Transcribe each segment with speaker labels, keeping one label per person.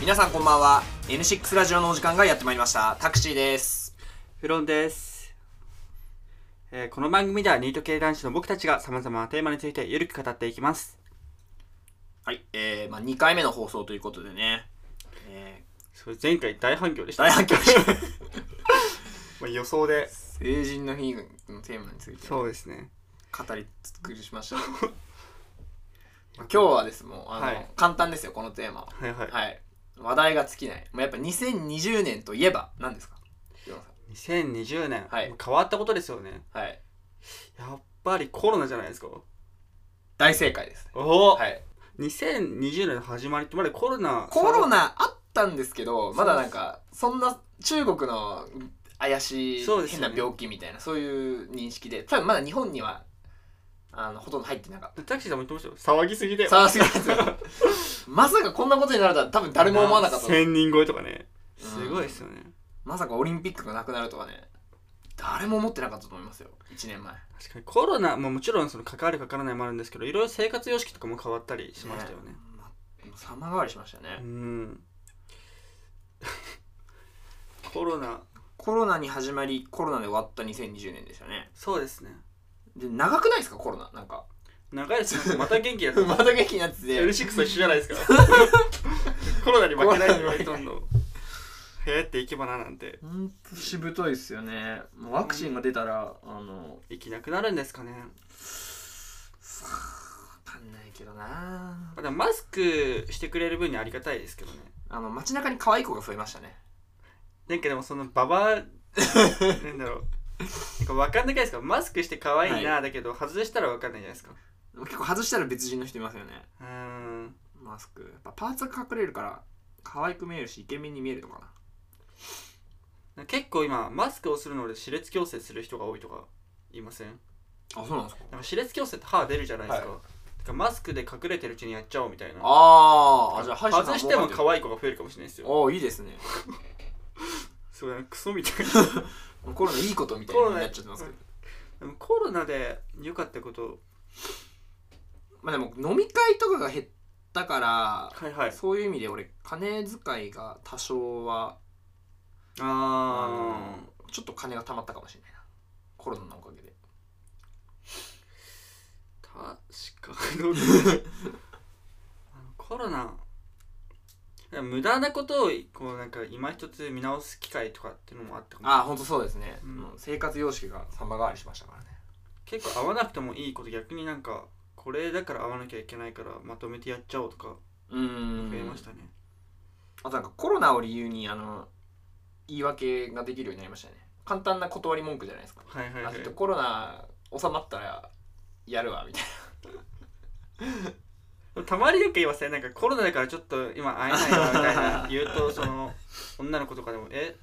Speaker 1: 皆さんこんばんは N6 ラジオのお時間がやってまいりましたタクシーです
Speaker 2: フロンです、えーこの番組ではニート系男子の僕たちがさまざまなテーマについてゆるく語っていきます
Speaker 1: はいえー、まあ2回目の放送ということでね、え
Speaker 2: それ前回大反響でし
Speaker 1: ー、
Speaker 2: た
Speaker 1: 大反響でした
Speaker 2: まあ予想で
Speaker 1: 成人の日のテーマについて
Speaker 2: そうですね
Speaker 1: 語り尽くしました今日はですもうあの、
Speaker 2: はい
Speaker 1: 簡単ですよこのテーマは
Speaker 2: はいはい、
Speaker 1: はい話題が尽きないもうやっぱ2020年といえば何ですかヨナさ
Speaker 2: 2020年、
Speaker 1: はい
Speaker 2: 変わったことですよね
Speaker 1: んはい
Speaker 2: やっぱりコロナじゃないですか
Speaker 1: 大正解です
Speaker 2: おお、
Speaker 1: はい
Speaker 2: 2020年の始まりってまだコロナ
Speaker 1: コロナあったんですけど
Speaker 2: う
Speaker 1: まだなんかそんな中国の怪しい
Speaker 2: そうです
Speaker 1: 変
Speaker 2: よね
Speaker 1: な病気みたいなそういう認識で多分まだ日本にはあのほとんど入ってなかっ
Speaker 2: タクシーさんも言ってましたよ騒ぎすぎで
Speaker 1: た騒がしい やつまさかこんなことになるとは多分誰も思わなかった
Speaker 2: 1000人超えとかね
Speaker 1: うん
Speaker 2: すごいですよね、
Speaker 1: まさかオリンピックがなくなるとはね誰も思ってなかったと思いますよ1年前
Speaker 2: 確かにコロナももちろんその関わるかからないもあるんですけどいろいろ生活様式とかも変わったりしましたよね
Speaker 1: ねま様変わりしましたね、
Speaker 2: うんコロナ
Speaker 1: コロナに始まりコロナで終わった2020年でしたね
Speaker 2: そうですね
Speaker 1: で長くないですかコロナなんか
Speaker 2: 長いですねまた元気や
Speaker 1: また元気になってて
Speaker 2: L6 と一緒じゃない ですかコロナに負けないんでどんどん流行っていけばななんて
Speaker 1: ほんとしぶといっすよねもうワクチンが出たら、あの
Speaker 2: 生きなくなるんですかね
Speaker 1: 分かんないけどな
Speaker 2: まあでもマスクしてくれる分にはありがたいですけどね
Speaker 1: あの街中に可愛い子が増えましたね
Speaker 2: なんかでもそのバ バアなんだろうなんか分かんなくないですかマスクして可愛いなだけど外したら分かんないじゃないですか
Speaker 1: 結構外したら別人の人いますよね
Speaker 2: うーん
Speaker 1: マスクやっぱパーツが隠れるから可愛く見えるしイケメンに見えるのかな
Speaker 2: 結構今マスクをするので歯列矯正する人が多いとか言いません
Speaker 1: あそうなんですか
Speaker 2: なんか歯列矯正って歯出るじゃないですか,、
Speaker 1: は
Speaker 2: だからマスクで隠れてるうちにやっちゃおうみたいな
Speaker 1: あーあじゃあ歯医者さん
Speaker 2: 外しても
Speaker 1: い
Speaker 2: 可愛い子が増えるかもしれないですよ
Speaker 1: ああいいですね
Speaker 2: すごいクソみたいな
Speaker 1: コロナいいことみたいになっちゃってますけど
Speaker 2: でもコロナで良かったこと
Speaker 1: まあでも飲み会とかが減ったから
Speaker 2: はいはい
Speaker 1: そういう意味で俺金遣いが多少は
Speaker 2: あー
Speaker 1: ちょっと金が貯まったかもしれないなコロナのおかげで
Speaker 2: 確かにあのコロナ無駄なことをこうなんか今一つ見直す機会とかっていうのもあったかも
Speaker 1: ああ本当そうですね、
Speaker 2: うん
Speaker 1: うん生活様式が様変わりしましたからね
Speaker 2: 結構会わなくてもいいこと逆になんかこれだから会わなきゃいけないからまとめてやっちゃおうとか
Speaker 1: うーん
Speaker 2: 増えましたね、
Speaker 1: あとなんかコロナを理由にあの言い訳ができるようになりましたね簡単な断り文句じゃないですか、
Speaker 2: はいはいは
Speaker 1: あ
Speaker 2: い
Speaker 1: ちょっとコロナ収まったらやるわみたい
Speaker 2: たまによく言いませんなんかコロナだからちょっと今会えないわみたい な言うとその女の子とかでもえ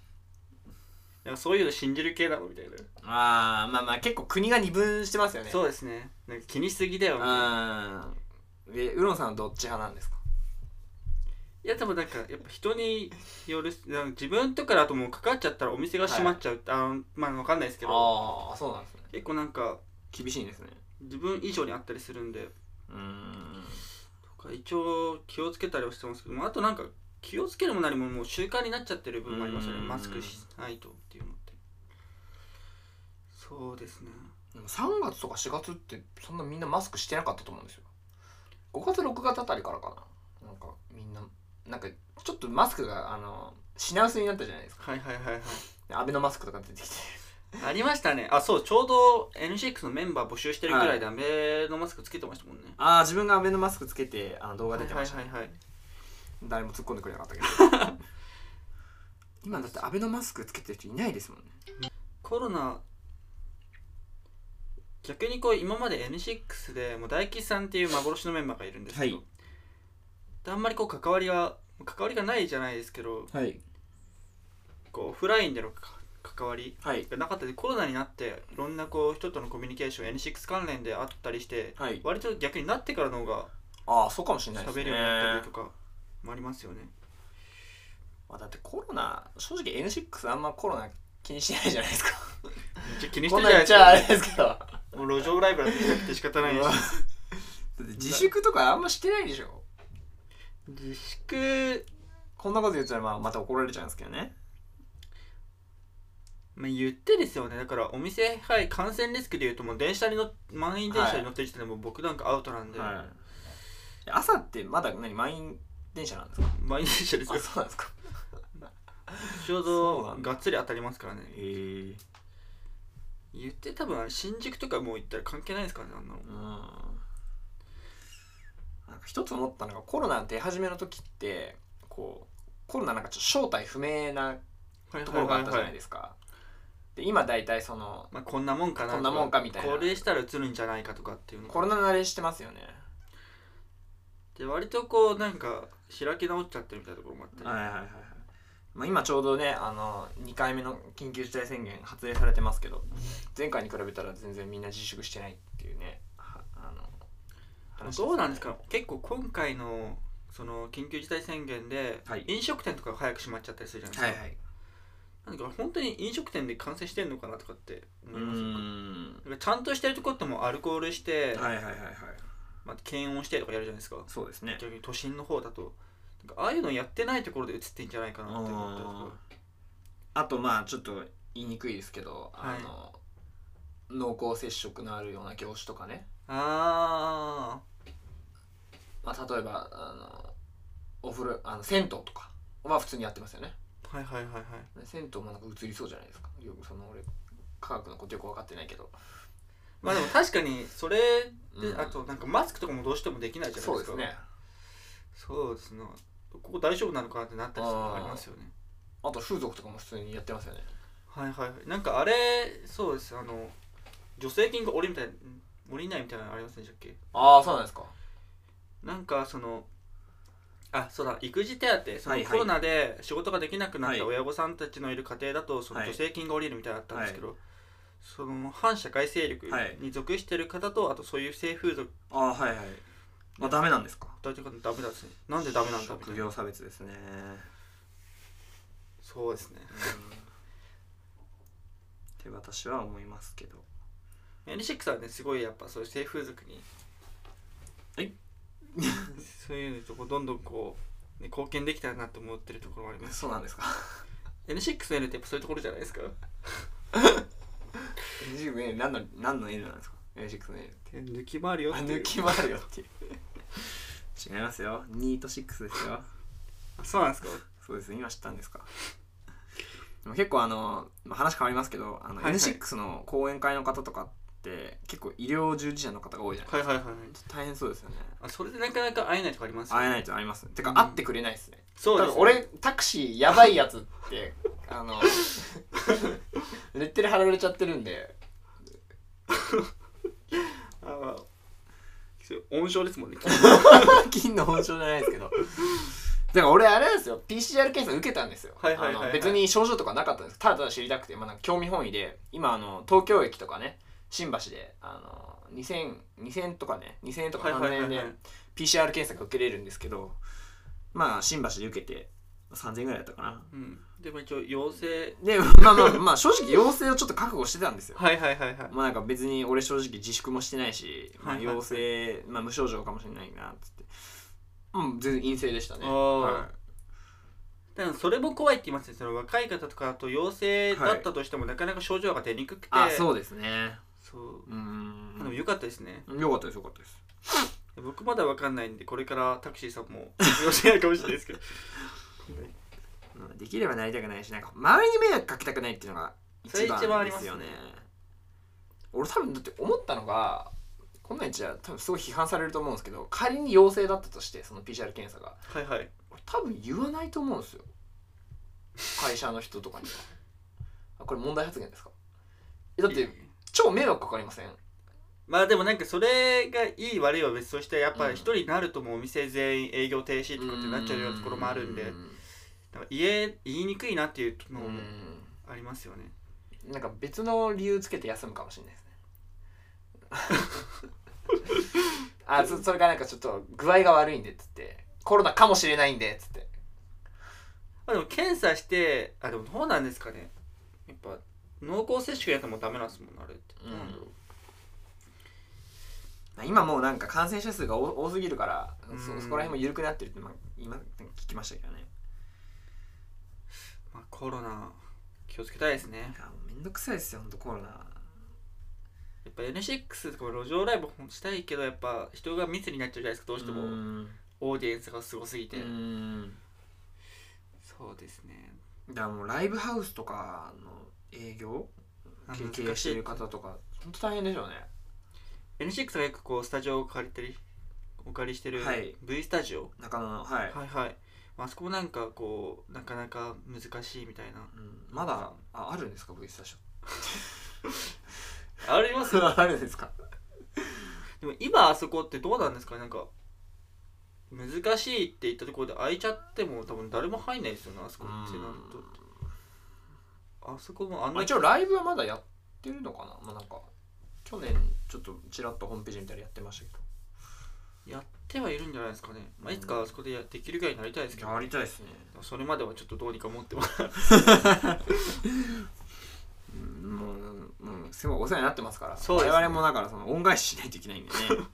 Speaker 2: なんかそういうの信じる系なのみたいな、
Speaker 1: なあーまあまあ結構国が二分してますよね
Speaker 2: そううですねなんか気にしすぎだよみたいな
Speaker 1: あーでウロンさんはどっち派なんですか
Speaker 2: いやでもなんかやっぱ人によるなんか自分とかだともうかかっちゃったらお店が閉まっちゃう、あのまあわかんないですけど
Speaker 1: ああそうなんですね
Speaker 2: 結構なんか
Speaker 1: 厳しいんですね
Speaker 2: 自分以上にあったりするんで
Speaker 1: うーん
Speaker 2: か一応気をつけたりはしてますけどまああとなんか気をつけるも何ももう習慣になっちゃってる部分もありますよね
Speaker 1: うん
Speaker 2: マスクしないとっていうのってそうですね
Speaker 1: でも3月とか4月ってそんなみんなマスクしてなかったと思うんですよ5月6月あたりからかななんかみんななんかちょっとマスクがあの品薄になったじゃないですか
Speaker 2: はいはいはいはい
Speaker 1: アベノマスクとか出てきて
Speaker 2: ありましたねあそうちょうど N6 のメンバー募集してるくらいでアベノマスクつけてましたもんね
Speaker 1: ああ自分がアベノマスクつけてあの動
Speaker 2: は
Speaker 1: 画
Speaker 2: い
Speaker 1: 出
Speaker 2: はい
Speaker 1: て
Speaker 2: は
Speaker 1: ま
Speaker 2: い
Speaker 1: した、
Speaker 2: はい
Speaker 1: 誰も突っ込んでくれなかったけど 今だってアベノマスクつけてる人いないですもんね
Speaker 2: コロナ逆にこう今まで N6 でもう大吉さんっていう幻のメンバーがいるんですけど、
Speaker 1: は
Speaker 2: であんまりこう関わりは関わりがないじゃないですけど
Speaker 1: はい
Speaker 2: こうオフラインでのか関わり
Speaker 1: はい
Speaker 2: がなかったでコロナになっていろんなこう人とのコミュニケーション N6 関連であったりして
Speaker 1: はい
Speaker 2: 割と逆になってからの方が
Speaker 1: ああそうかもしれないですね
Speaker 2: 喋るようになったりとかもありますよね
Speaker 1: まあだってコロナ正直 N6 あんまコロナ気にしてないじゃないですか
Speaker 2: めっちゃ気にし
Speaker 1: こ
Speaker 2: て
Speaker 1: ん
Speaker 2: る
Speaker 1: な
Speaker 2: じゃ
Speaker 1: ん
Speaker 2: ない
Speaker 1: 言っ
Speaker 2: です
Speaker 1: ちゃあ
Speaker 2: か
Speaker 1: れですけど
Speaker 2: もう路上ライブだってしたくて仕方ないし
Speaker 1: うわだって自粛とかあんましてないでしょ
Speaker 2: 自粛
Speaker 1: こんなこと言ったらまあまた怒られちゃうんですけどね
Speaker 2: まあ、言ってですよねだからお店はい感染リスクで言うともう電車に乗っ満員電車に乗ってる時点でもう僕なんかアウトなんで、
Speaker 1: はい朝ってまだ何満員電車なんですか
Speaker 2: 満員電車です
Speaker 1: あ
Speaker 2: よ
Speaker 1: そうなんです か
Speaker 2: ちょう
Speaker 1: そうな
Speaker 2: ど
Speaker 1: んだ
Speaker 2: がっつり当たりますからね
Speaker 1: ええ
Speaker 2: 言って多分新宿とかもう行ったら関係ないですからねあんなの
Speaker 1: うんなんか一つ思ったのがコロナ出始めの時ってこうコロナなんかちょっと正体不明な
Speaker 2: はい
Speaker 1: ところがあったじゃない
Speaker 2: い
Speaker 1: ですかで今大体その
Speaker 2: まあ、こんなもんかな
Speaker 1: こんなもんかみたいな
Speaker 2: これしたら映るんじゃないかとかっていうの
Speaker 1: コロナ慣れしてますよね
Speaker 2: で割とこうなんか開き直っちゃってるみたいなところもあって、
Speaker 1: はいはいはいはい、まあ、今ちょうどねあの2回目の緊急事態宣言発令されてますけど前回に比べたら全然みんな自粛してないっていうねはあの話
Speaker 2: どうなんですか結構今回のその緊急事態宣言で、
Speaker 1: はい
Speaker 2: 飲食店とかが早く閉まっちゃったりするじゃないです
Speaker 1: は
Speaker 2: か、
Speaker 1: いはい
Speaker 2: なんか本当に飲食店で感染してんのかなとかって思
Speaker 1: う
Speaker 2: いますよ
Speaker 1: ん
Speaker 2: なんかちゃんとしてるとこってもうアルコールし
Speaker 1: はいは
Speaker 2: て、
Speaker 1: いはいはい
Speaker 2: まあ、検温してとかやるじゃないですか
Speaker 1: そうですね
Speaker 2: 逆に都心の方だとなんかああいうのやってないところで映ってんじゃないかなって思ったりとか
Speaker 1: あとまあちょっと言いにくいですけど、
Speaker 2: はい
Speaker 1: あの濃厚接触のあるような業種とかね、
Speaker 2: あ
Speaker 1: まあ、例えばあのお風呂あの銭湯とかは普通にやってますよね
Speaker 2: あはいはいはいはい
Speaker 1: ね銭湯もなんか映りそうじゃないですかよくその俺科学のことよく分かってないけど
Speaker 2: まあでも確かにそれで、
Speaker 1: うん
Speaker 2: あとなんかマスクとかもどうしてもできないじゃないですか
Speaker 1: そうですね
Speaker 2: そうですねここ大丈夫なのかなってなったりするのありますよね
Speaker 1: あと風俗とかも普通にやってますよね
Speaker 2: はいはいはいなんかあれそうですあの助成金が降りみたい降りないみたいなのありませんでしたっけ
Speaker 1: ああそうなんですか
Speaker 2: なんかそのあそうだ育児手当そ
Speaker 1: は
Speaker 2: の
Speaker 1: いはい
Speaker 2: コロナで仕事ができなくなっ
Speaker 1: はい
Speaker 2: た親御さんたちのいる家庭だとその
Speaker 1: はい
Speaker 2: 助成金が下りるみたいなのあったんですけど、その反社会勢力
Speaker 1: はい
Speaker 2: に属してる方と、あとそういう性風俗
Speaker 1: ああはいはいまあダメなんですか
Speaker 2: だとかダメだですねなんでダメなんだみたいな
Speaker 1: 業差別ですね
Speaker 2: そうですね
Speaker 1: って私は思いますけど
Speaker 2: N6 はねすごいやっぱそういう性風俗に
Speaker 1: はい
Speaker 2: そういうのとこどんどんこう、ね、貢献できたらなって思ってるところもあります
Speaker 1: そうなんですか
Speaker 2: N6 の N ってやっぱそういうところじゃないですか
Speaker 1: N6 の N 何の何の N なんですか N6 の N
Speaker 2: 抜き回るよ
Speaker 1: あ
Speaker 2: ってい
Speaker 1: 抜
Speaker 2: う
Speaker 1: き回るよっていう違いますよ2と6ですよ
Speaker 2: あそうなんですか
Speaker 1: そうですね今知ったんですかでも結構あのまあ話変わりますけどあの
Speaker 2: はいはい
Speaker 1: N6 の講演会の方とかって結構医療従事者の方が多いじゃない
Speaker 2: はいはいはい
Speaker 1: ですか大変そうですよね
Speaker 2: あそれでなかなか会えないとかありますよ
Speaker 1: 会えないとありますてか会ってくれないですね
Speaker 2: そう
Speaker 1: 多
Speaker 2: です、
Speaker 1: 分
Speaker 2: ね、
Speaker 1: 俺タクシーやばいやつってあ のレッテル貼られちゃってるんで
Speaker 2: あそう温床ですもんね
Speaker 1: 金の本性じゃないですけどだから俺あれですよ PCR 検査受けたんですよ、
Speaker 2: はいはいはいはい
Speaker 1: あの別に症状とかなかったんですただただ知りたくて、まあ、なんか興味本位で今あの東京駅とかね新橋であの 2000, 2000とかね2000円とか
Speaker 2: はいはいはい
Speaker 1: 3000
Speaker 2: は
Speaker 1: 円
Speaker 2: い
Speaker 1: で PCR 検査が受けれるんですけどまあ新橋で受けて3000円ぐらいだったかな
Speaker 2: うんでも一応陽性
Speaker 1: でまあまあまあ正直陽性をちょっと覚悟してたんですよ
Speaker 2: はいはいはいはい
Speaker 1: まあなんか別に俺正直自粛もしてないし、まあ、
Speaker 2: はいはい
Speaker 1: 陽性、まあ、無症状かもしれないなっつってうん全然陰性でしたね
Speaker 2: あー
Speaker 1: は
Speaker 2: でもそれも怖いって言いますねその若い方とかあと陽性だったとしても、なかなか症状が出にくくて
Speaker 1: い、あそうですね
Speaker 2: そう
Speaker 1: うー
Speaker 2: でも
Speaker 1: ん
Speaker 2: 良かったですね
Speaker 1: よかったですよかったです
Speaker 2: 僕まだ分かんないんでこれからタクシーさんも よしないかもしれないですけど
Speaker 1: うんできればなりたくないしなんか周りに迷惑かけたくないっていうのが
Speaker 2: それ
Speaker 1: 一
Speaker 2: 一番あ
Speaker 1: 番で
Speaker 2: ります
Speaker 1: すよ
Speaker 2: よ
Speaker 1: ね
Speaker 2: ね
Speaker 1: 俺多分だって思ったのがこんなん言っちゃ多分すごい批判されると思うんですけど仮に陽性だったとしてその PCR 検査が
Speaker 2: はいはい
Speaker 1: 俺多分言わないと思うんですよ会社の人とかにはあこれ問題発言ですかえだって超迷惑かかりません
Speaker 2: まあでもなんかそれがいい悪いは別としてやっぱ
Speaker 1: うん
Speaker 2: り一人になるともうお店全員営業停止とかってなっちゃうようなところもあるんでなんか言え言いにくいなっていう
Speaker 1: う
Speaker 2: のも
Speaker 1: ん
Speaker 2: ありますよね
Speaker 1: なんか別の理由つけて休むかもしれないですね あそそれがなんかちょっと具合が悪いんでっつってコロナかもしれないんでっつって
Speaker 2: あでも検査してあでもどうなんですかねやっぱ濃厚接触やったらもうダメなんですもんねあれって、
Speaker 1: うん
Speaker 2: どなんだろ
Speaker 1: 今もうなんか感染者数が多多すぎるから、そ
Speaker 2: うん
Speaker 1: そこら辺も緩くなってるって、まあ、今聞きましたけどね
Speaker 2: まあ、コロナ気をつけたいですね
Speaker 1: いやもうめんどくさいですよほんとコロナ
Speaker 2: やっぱ N6 とか路上ライブほんしたいけどやっぱ人が密になっちゃうじゃないですかど
Speaker 1: ど
Speaker 2: うしてもオーディエンスがすごすぎて
Speaker 1: うん
Speaker 2: そうですね
Speaker 1: だからもうライブハウスとかの営業
Speaker 2: あ
Speaker 1: 経
Speaker 2: 難
Speaker 1: 験し
Speaker 2: してい
Speaker 1: る方とかほんと大変でしょうね
Speaker 2: N6 がよくこうスタジオを借りたりお借りしてる
Speaker 1: はい
Speaker 2: V スタジオ、
Speaker 1: 中野のはい、
Speaker 2: はい、はいまああそこもなんかこうなかなか難しいみたいな
Speaker 1: うん、まだああるんですか V スタジ
Speaker 2: あります
Speaker 1: オあるんですか
Speaker 2: でも今あそこってどうなんですかねなんか難しいって言ったところで開いちゃっても多分誰も入んないですよねあそこってなるとあそこもあん
Speaker 1: まあ、
Speaker 2: な
Speaker 1: 一応ライブはまだやってるのかなまあなんか去年ちょっとちらっとホームページ見たらやってましたけ
Speaker 2: やってはいるんじゃないですかね、まあ、いつかあそこでやできるぐらいになりたいですけど
Speaker 1: どやりたいですね
Speaker 2: それまではちょっとどうにか持ってます
Speaker 1: うんもう、うん、すごいお世話になってますから
Speaker 2: そうですね
Speaker 1: 我々もだからその恩返ししないといけないんでね本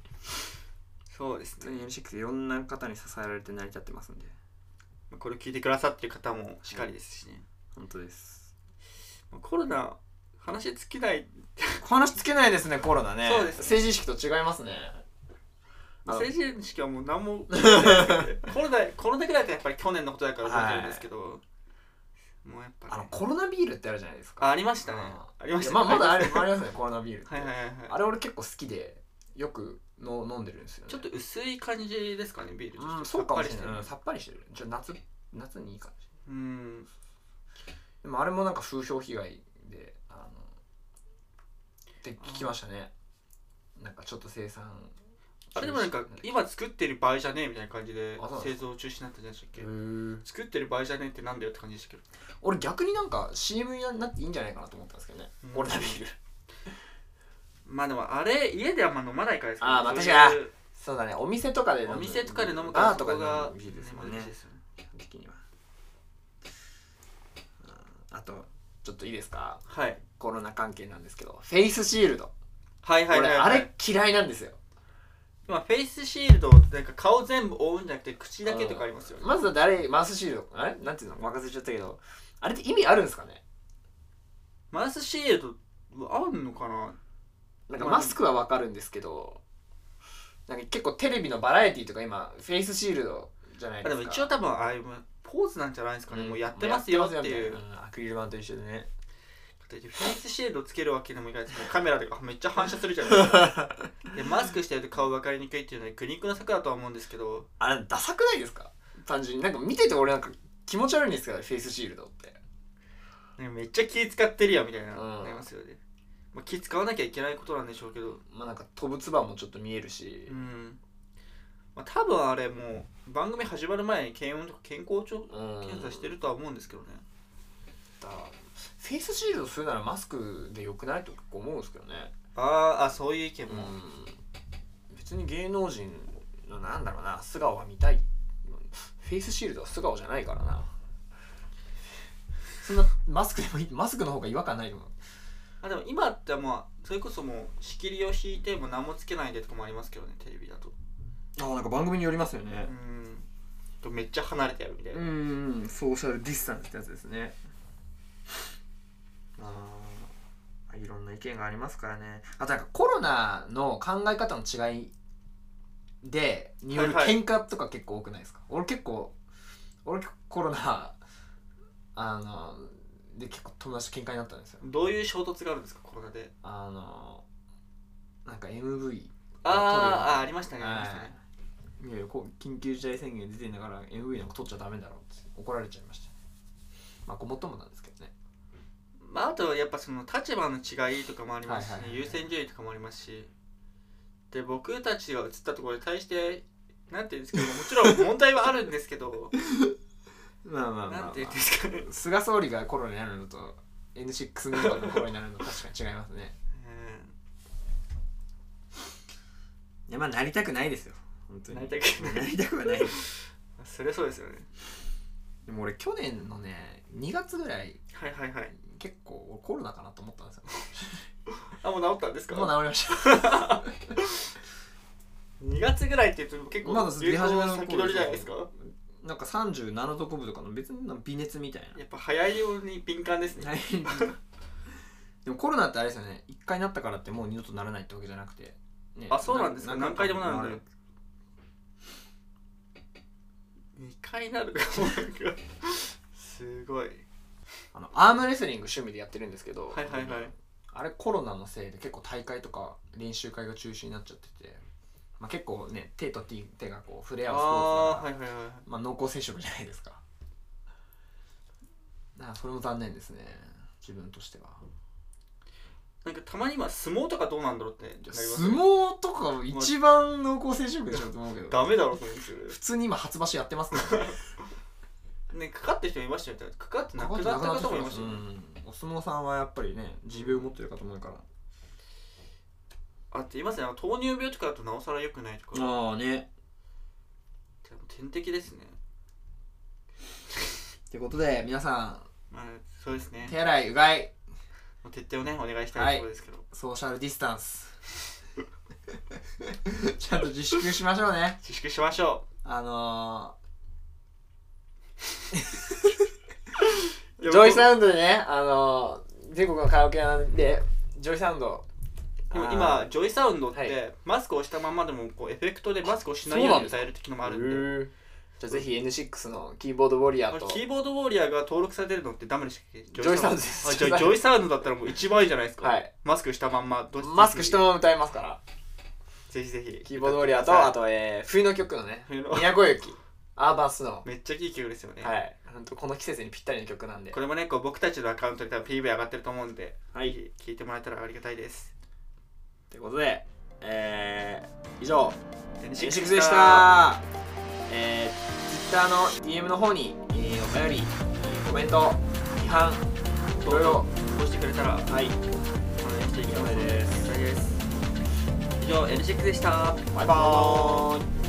Speaker 2: そうです
Speaker 1: 当
Speaker 2: ね、
Speaker 1: に M6 いろんな方に支えられて成り立ってますんで
Speaker 2: まあ、これ聞いてくださってる方もしっかりですしね、
Speaker 1: 本当です
Speaker 2: まあコロナ話尽きない
Speaker 1: 話つけないですねコロナね
Speaker 2: そうですね
Speaker 1: 政治意識と違いますねあ
Speaker 2: 成人式はもう何も コロナコロナぐらいだとやっぱり去年のことだから覚えてるんですけど、もうやっぱ、ね、
Speaker 1: あのコロナビールってあるじゃないですか
Speaker 2: あありましたね。
Speaker 1: うん
Speaker 2: ありましたね
Speaker 1: いやまあまだあるありますねコロナビールって
Speaker 2: はいはいはいは
Speaker 1: あれ俺結構好きでよくの飲んでるんですよ
Speaker 2: い。
Speaker 1: ね
Speaker 2: ちょっと薄い感じですかね、ビールとして。
Speaker 1: うん、そうかもしれ
Speaker 2: さっぱ
Speaker 1: ない。うん
Speaker 2: りして
Speaker 1: さっぱりしてる。じゃあ夏、夏にいいかもしれない。
Speaker 2: るうん。
Speaker 1: でもあれもなんか風評被害で、あの、って聞きましたね。なんかちょっと生産。
Speaker 2: あれでもなんか、今作ってる場合じゃねえみたいな感じで
Speaker 1: あそうなんで
Speaker 2: 製
Speaker 1: す
Speaker 2: 造中止になったんじゃないでしたっけ
Speaker 1: へー
Speaker 2: 作ってる場合じゃねえってなんだよって感じでしたけど。
Speaker 1: 俺逆になんか CM になっていいんじゃないかなと思ったんですけどね
Speaker 2: うん。
Speaker 1: コロナビール。
Speaker 2: まあでもあれ、家ではあんま飲まないからですから
Speaker 1: あーまあ
Speaker 2: そういう
Speaker 1: そうだね、お店とかで飲む。
Speaker 2: お店とかで飲むから
Speaker 1: バーと
Speaker 2: そこ
Speaker 1: かで
Speaker 2: が
Speaker 1: 飲むビールですもんね
Speaker 2: 難しい。ですよね
Speaker 1: 基本的には。うんあと、ちょっといいですか
Speaker 2: はい。
Speaker 1: コロナ関係なんですけど、フェイスシールド。
Speaker 2: はいはい
Speaker 1: 俺、
Speaker 2: はい
Speaker 1: あ
Speaker 2: はい。
Speaker 1: れ嫌いなんですよ。
Speaker 2: まあフェイスシールドってなんか顔全部覆うんじゃなくて口だけとかありますよね。
Speaker 1: まずは誰マウスシールドあれなんていうの任せちゃったけどあれって意味あるんですかね
Speaker 2: マウスシールドはあんのかな
Speaker 1: なんかマスクはわかるんですけどなんか結構テレビのバラエティとか今フェイスシールドじゃない
Speaker 2: あ
Speaker 1: で
Speaker 2: です
Speaker 1: か
Speaker 2: も一応多分ああいうポーズなんじゃないですかね、
Speaker 1: ん
Speaker 2: もうやってますよってい
Speaker 1: やっ
Speaker 2: う
Speaker 1: てますよみたなうんアクリル板と一緒でね
Speaker 2: フェイスシールドつけるわけでもいかないですけどカメラとかめっちゃ反射するじゃないですか でマスクしてると顔分かりにくいっていうのは苦肉の策だとは思うんですけど
Speaker 1: あれダサくないですか単純になんか見てて俺なんか気持ち悪いんですけどフェイスシールドって
Speaker 2: なんかめっちゃ気使ってるやんみたいな、
Speaker 1: うん
Speaker 2: なりますよね、まあ、気使わなきゃいけないことなんでしょうけど
Speaker 1: まあなんか飛ぶつばもちょっと見えるし
Speaker 2: うん、まあ、多分あれもう番組始まる前に検温とか健康調
Speaker 1: うん
Speaker 2: 検査してるとは思うんですけどね、
Speaker 1: だからフェイスシールドするならマスクでよくないと結構思うんですけどね
Speaker 2: あーあそういう意見も、
Speaker 1: うん別に芸能人のなんだろうな素顔は見たいフェイスシールドは素顔じゃないからなそんなマスクでもいいマスクの方が違和感ないと思う
Speaker 2: あでも今ってまあそれこそもう仕切りを引いても何もつけないでとかもありますけどねテレビだと
Speaker 1: あなんか番組によりますよね
Speaker 2: うんめっちゃ離れてやるみたいな、
Speaker 1: んソーシャルディスタンスってやつですねああいろんな意見がありますからねあとなんかコロナの考え方の違いでによる
Speaker 2: はいはい
Speaker 1: 喧嘩とか結構多くないですか、俺結構俺結構コロナ あので結構友達と喧嘩になったんですよ
Speaker 2: どういう衝突があるんですかコロナで
Speaker 1: あのなんか MV
Speaker 2: あー
Speaker 1: 撮るよ
Speaker 2: あーありましたねありましたね
Speaker 1: いやいやこう緊急事態宣言出てんだから MV なんか撮っちゃダメだろって怒られちゃいましたまあごもっともなんですけどね
Speaker 2: まああとやっぱその立場の違いとかもありますし、ね
Speaker 1: はいはいはい
Speaker 2: 優先順位とかもありますしで僕たちが映ったところに対してなんて言うんですけどもちろん問題はあるんですけど
Speaker 1: まあ まあまあ、
Speaker 2: なん
Speaker 1: ま
Speaker 2: て言うん
Speaker 1: あ
Speaker 2: で、すかね、
Speaker 1: 菅総理がコロナになるのと N6 メンバーのコロナになるの確かに違いますねいやまあなりたくないですよ本当
Speaker 2: うん、
Speaker 1: に
Speaker 2: なりたくない
Speaker 1: りたくはない で
Speaker 2: それそうですよね
Speaker 1: も俺去年のね2月ぐらい
Speaker 2: はいはいはい
Speaker 1: 結構俺コロナかなと思ったんですよ
Speaker 2: あもう治ったんですか
Speaker 1: もう治りまし
Speaker 2: 2月ぐらいって言うと結構
Speaker 1: まだ出始めの頃
Speaker 2: 流行先取りじゃないですか
Speaker 1: たなんか37度5分とかの別になんか微熱みたい
Speaker 2: やっぱ早いように敏感です
Speaker 1: な
Speaker 2: ね
Speaker 1: はい でもコロナってあれですよね一回なったからってもう二度とならないってわけじゃなくて、ね
Speaker 2: あそうなんですか何回でもなるんだ
Speaker 1: る
Speaker 2: 2回なるかもなんかすごい
Speaker 1: あのアームレスリング趣味でやってるんですけど
Speaker 2: はいはいはい
Speaker 1: あれコロナのせいで結構大会とか練習会が中止になっちゃってて、まあ、結構ね手と手手がこう触れ合うスポーツだ
Speaker 2: あ
Speaker 1: か
Speaker 2: あ
Speaker 1: ら
Speaker 2: ーはいはいはい
Speaker 1: まあ、濃厚接触じゃないですかだからそれも残念ですね自分としては
Speaker 2: なんかたまに今相撲とかどうなんだろうってなり
Speaker 1: いや
Speaker 2: ます
Speaker 1: 相撲とか一番濃厚接触でしょと思うけど
Speaker 2: ダメだろそれそ
Speaker 1: 普通に今初場所やってますからね
Speaker 2: れねかかった人もいましたよねかかって亡
Speaker 1: ここ
Speaker 2: く
Speaker 1: で
Speaker 2: な
Speaker 1: 亡
Speaker 2: っ
Speaker 1: く
Speaker 2: た
Speaker 1: なった
Speaker 2: 方
Speaker 1: 人
Speaker 2: もい
Speaker 1: いま
Speaker 2: ますし
Speaker 1: よ
Speaker 2: たよね
Speaker 1: うんお相撲さんはやっぱりね持病持ってる方も多いから
Speaker 2: あっていますねあの糖尿病とかだとなおさら良くないとか
Speaker 1: ああね
Speaker 2: でも天敵ですね
Speaker 1: ってことで皆さ
Speaker 2: まあそうですね
Speaker 1: ん手洗いうがい
Speaker 2: もう徹底をねお願いしたいところですけど、
Speaker 1: ソーシャルディスタンス ちゃんと自粛しましょうね
Speaker 2: 自粛しましょ
Speaker 1: あの
Speaker 2: う
Speaker 1: ー、ジョイ
Speaker 2: ん
Speaker 1: サウンドでねあのー、全国のカラオケ屋でジョイサウンド
Speaker 2: でも
Speaker 1: あ
Speaker 2: 今
Speaker 1: ー
Speaker 2: ジョイサウンドって、
Speaker 1: はい
Speaker 2: マスクをしたまんまでもこうエフェクトでマスクをしないように
Speaker 1: そう
Speaker 2: 歌えるって機能もある
Speaker 1: へ
Speaker 2: んで
Speaker 1: ーじゃあぜひ N6 のキーボードウォリアーと
Speaker 2: キーボードウォーリアーが登録されてるのってダメでしたっけジ
Speaker 1: ョイサウンドです
Speaker 2: あじゃあジョイサウンドだったらもう一番いいじゃないですか、
Speaker 1: はい
Speaker 2: マスクしたまんまどっち
Speaker 1: マスクしたまま歌えますから
Speaker 2: ぜひぜひ
Speaker 1: キーボードウォリアー
Speaker 2: 歌
Speaker 1: と
Speaker 2: っ
Speaker 1: あ
Speaker 2: てくださ
Speaker 1: と、えー、冬の曲のね
Speaker 2: い冬の
Speaker 1: 宮古雪アーバンスノ
Speaker 2: めっちゃいい曲ですよね、
Speaker 1: ーはいほんとこの季節にぴったりの曲なんで
Speaker 2: これもねこう僕たちのアカウントに多分 PV 上がってると思うんで、
Speaker 1: はい
Speaker 2: ぜひ聞いてもらえたらありがたいです
Speaker 1: ということでえー、以上
Speaker 2: N6
Speaker 1: N6 でしたえー、Twitter の DM の方に、えーお便り、えーコメント批判いろいろ
Speaker 2: 押してくれたらお
Speaker 1: はい
Speaker 2: 願いしていきま
Speaker 1: 了
Speaker 2: す
Speaker 1: 解です
Speaker 2: 了解です以上 N6 でした
Speaker 1: バイバーイ